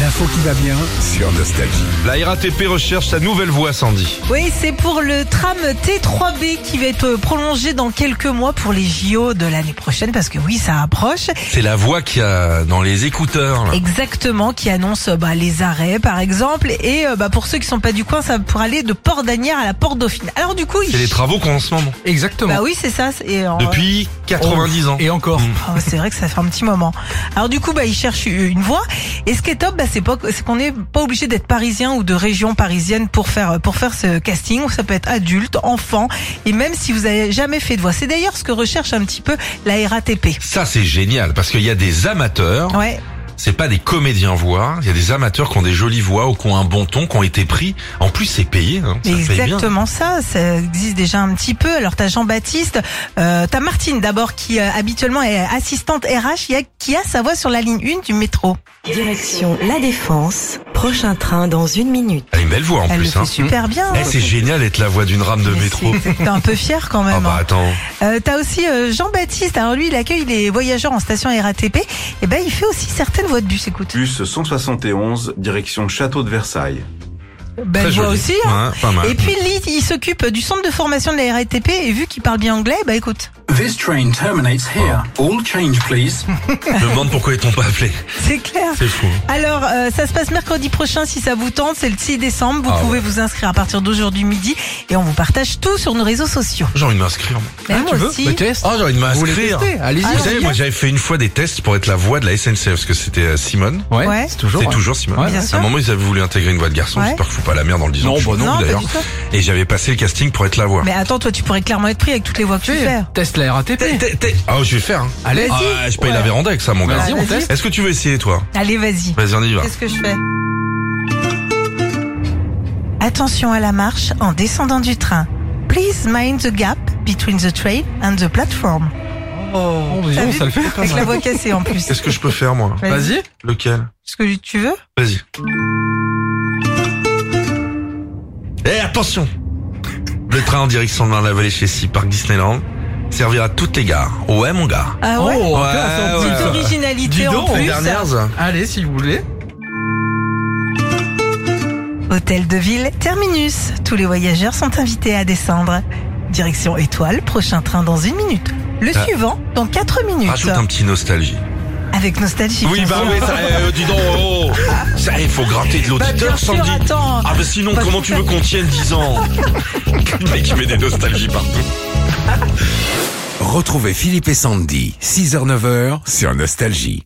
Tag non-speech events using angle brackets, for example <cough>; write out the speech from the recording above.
L'info qui va bien sur Nostalgie. La RATP recherche sa nouvelle voie, Sandy. Oui, c'est pour le tram T3B qui va être prolongé dans quelques mois pour les JO de l'année prochaine, parce que oui, ça approche. C'est la voie qu'il y a dans les écouteurs. là. Exactement, qui annonce euh, bah, les arrêts, par exemple. Et euh, bah, pour ceux qui sont pas du coin, ça pour aller de Port d'Anière à la Porte Dauphine. Alors du coup, C'est les travaux qu'on a en ce moment. Exactement. Hmm. bah oui, c'est ça. c'est- Et en- Depuis 90 ans. Et encore. Mm. Ah ouais, c'est vrai que ça fait un petit moment. Alors du coup, bah, ils cherchent une voie. Et ce qui est top, bah, c'est pas- c'est qu'on n'est pas obligé d'être parisien ou de région parisienne pour faire euh, pour faire ce casting. Ça peut être adulte, enfant, et même si vous avez jamais fait de voie. C'est d'ailleurs ce que recherche un petit peu la RATP. Ça, c'est génial parce qu'il y a des amateurs. Ouais, C'est pas des comédiens voix. Il y a des amateurs qui ont des jolies voix ou qui ont un bon ton, qui ont été pris. En plus, c'est payé. hein. Ça mais paye bien. exactement ça. Ça existe déjà un petit peu. Alors t'as Jean-Baptiste, euh, t'as Martine d'abord qui euh, habituellement est assistante RH, il y a- qui a sa voix sur la ligne 1 du métro. Direction La Défense, prochain train dans une minute. Elle a une belle voix en Elle le plus. fait hein. super bien. Eh, c'est génial d'être la voix d'une rame de Mais métro. c'est- T'es un peu fier quand même. <laughs> Ah bah hein. attends. Euh, T'as aussi euh, Jean-Baptiste. Alors lui, il accueille les voyageurs en station RATP. Et ben, il fait aussi certaines voies de bus. Écoute, Bus 171, direction Château de Versailles. ben, Très voit joli. aussi. hein. Ouais, pas mal. Et puis lui, il s'occupe du centre de formation de la RATP. Et vu qu'il parle bien anglais, bah écoute, <laughs> This train terminates here. euh, All change, please. <laughs> Je me demande pourquoi ils t'ont pas appelé. c'est clair. C'est fou. hein. Alors, euh, ça se passe mercredi prochain si ça vous tente. C'est le 6 décembre. Vous Ah pouvez vous inscrire à partir d'aujourd'hui midi. Et on vous partage tout sur nos réseaux sociaux. J'ai envie de m'inscrire. moi. Mais Ah, moi tu veux aussi. Le test Oh, j'ai envie de Vous voulez m'inscrire. tester Allez-y. Ah, Vous savez, bien. moi j'avais fait une fois des tests pour être la voix de la SNCF, parce que c'était euh, Simone. Ouais. C'est toujours. C'est toujours Simone. Ouais, bien à sûr. un moment, ils avaient voulu intégrer une voix de garçon. Ouais. J'espère qu'il faut pas la merde en le disant. Non, Je suis bah non. fou, Non, pas d'ailleurs. du tout. Et j'avais passé le casting pour être la voix. Mais attends, toi, tu pourrais clairement être pris avec toutes les voies que tu Tu fais. Teste la T'es- RATP. t'es- t'es- Ah, je vais le faire. hein. Allez. Vas-y. Ah, je paye Ouais. la véranda avec ça, mon gars. Vas-y, on Vas-y. teste. Est-ce que tu veux essayer, toi Allez, vas-y. Vas-y, on y va. Qu'est-ce que je fais Attention à la marche en descendant du train. Please mind the gap between the train and the platform. Oh, dis T'as donc, vu ça le fait. Avec la voix cassée en plus. <laughs> Qu'est-ce que je peux faire, moi Vas-y. Lequel Ce que tu veux Vas-y. Eh, attention Le train en direction de Marne-la-Vallée chez Sea Park Disneyland servira à toutes les gares. Ouais, mon gars. Ah ouais Oh, bien, Ouais, ouais, ça, Petite ça. ouais. originalité Dis en donc, Les plus. dernières Allez, si vous voulez. Hôtel de ville, terminus. Tous les voyageurs sont invités à descendre. Direction étoile, prochain train dans une minute. Le Ah. suivant dans quatre minutes. Rajoute un petit nostalgie. Avec nostalgie. bien bah sûr. ça, euh, dis donc, oh. Ça, il faut gratter de Bah, bien l'auditeur, sûr, Sandy. attends. Ah, bah sinon, comment tu veux qu'on tienne 10 ans Le mec, il met des nostalgies partout. Retrouvez Philippe et Sandy, 6h-9h sur Nostalgie.